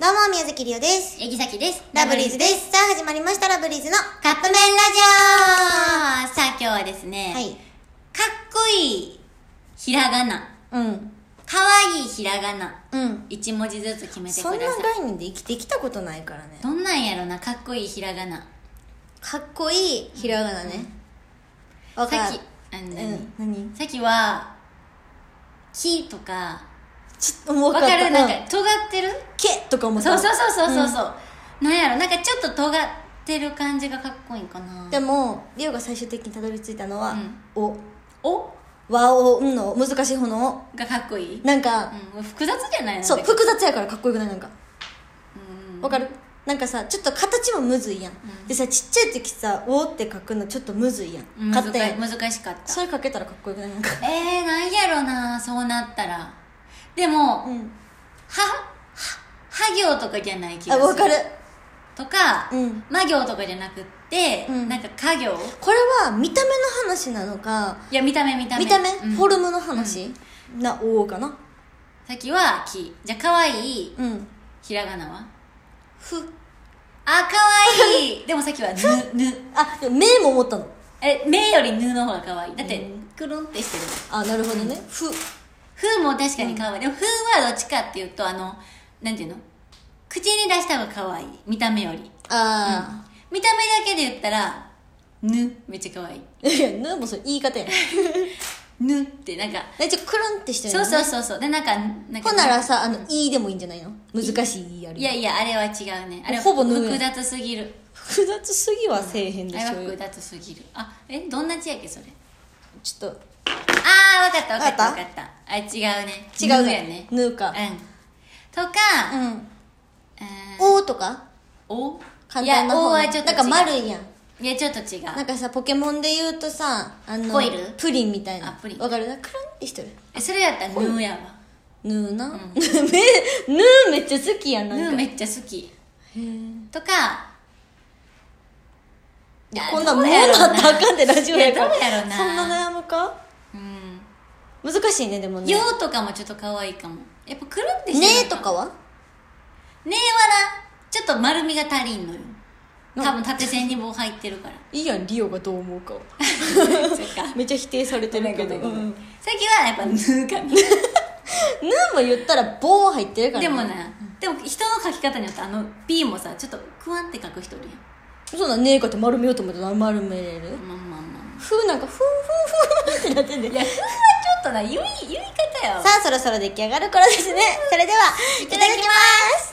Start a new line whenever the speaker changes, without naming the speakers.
どうも、宮崎りおです。
えぎさきです。
ラブリーズです。さあ、始まりました、ラブリーズの。
カップ麺ラジオさあ今日はですね、
はい。
かっこいいひらがな、
うん。
かわいいひらがな、
うん。
一文字ずつ決めてく
そ
だ
んな
さい。
概念で生きてきたことないからね。
どんなんやろな、かっこいいひらがな。
かっこいいひらがなね。わ
さ
か
っ
る
き。、あの、
う
何
ん。何
さっきは、木とか、
ちょっともう
わかるなんか
うん、
尖ってる
けとか思っ
そ
た。
うそうそうそうそうそう。なんやろ、なんかちょっと尖ってる感じがかっこいいんかな。
でも、りおが最終的にたどり着いたのは
うん、
お。
お
和を、うんの、難しい方の
がかっこいい
お。なんか、
うん、複雑じゃないの
そう、
なんか
複雑やからかっこよくないなんか。
うん
わかるなんかさちょっと形もむずいやん、
ん
でさちっちゃい時さ「お」って書くのちょっとむずいやん
難
っ
し
手
難しかっ
そ
た
れ書けたらかっこよくないなんか
えー、なんやろなそうなったらでも、は
うん
はは行とかじゃない気が
あ
する
わかる
とか、
うん
ま行とかじゃなくって、
うん
なんか家行
これは見た目の話なのか
いや見た目見た目
見た目、
うん
フォルムの話、な「お」かな
さっきは木じゃあ可愛い
うん
ひらが なは
「ふ
あ可愛いでもさっきはぬ ぬ」
あでも目も思ったの
え目よりぬの方が可愛いだって、
うん
くるんってしてる
あなるほどね「ふ」
ふも確かに可愛い、でもふはどっちかっていうとあのなんていうの口に出した方が可愛い見た目より
あ
見た目だけで言ったら「ぬ」めっちゃ可愛い
あ、いや「ぬ」もそれ言い 方やん
「ぬ」ってなんか
めっちゃくるんってしてる
そう
の
そうそうそうでなんかなんか
ほんならさ「あのい」でもいいんじゃないの難しい「い」やる
いやいやあれは違うねあれは
ほぼぬやん
複雑すぎる
複雑すぎはせえへん
あ
で
れ
し
は
ょう
複
よ
雑すぎるあえどんな字やっけそれ
ちょっと
ああ分かった分かった
わか
分かったあ違うね
違う
ぬや
ね
ね
「ぬ」か
うんとか
う、ん
えー
おとか
お
簡単な方
いやおはちょっと
なんか
違う
丸いやん
いやちょっと違う
なんかさポケモンで言うとさあの
コイル
プリンみたいな
あプリン
わかるなクルンってしてる
えそれやったら「ぬ」やわ
ぬーな、 めぬーめっちゃ好きやん
「
なんか
ぬ」めっちゃ好き
へー
とかいや
こんなんも
ど
う
う
な
やろ
っ
う
た
な
らあかんでラジオやから
いやどうやろうな
そんな悩むか
うん
難しいねでも
「
ね
よ」とかもちょっと可愛いかもやっぱくるって
ね
してる
ーとかは
「ね」はなちょっと丸みが足りんのよ多分縦線に棒入ってるから
いいやんリオがどう思うかは
そっ か
めっちゃ否定されてるけど、
ごめんごめんご
う
め
んん
さっきはやっぱ「ぬ」かな
ぬーも言ったら棒入ってるから
でも
ね
なでも人の書き方によってあの「P」もさちょっとクワンって書く人いる
そうだねーかって丸めようと思ったら丸めれる
やんまあまあまあ
ふーなんかふーふーふーってなってんだよ
いやふはちょっとな言い言い方やわ
さあそろそろ出来上がる頃ですねそれではいただきます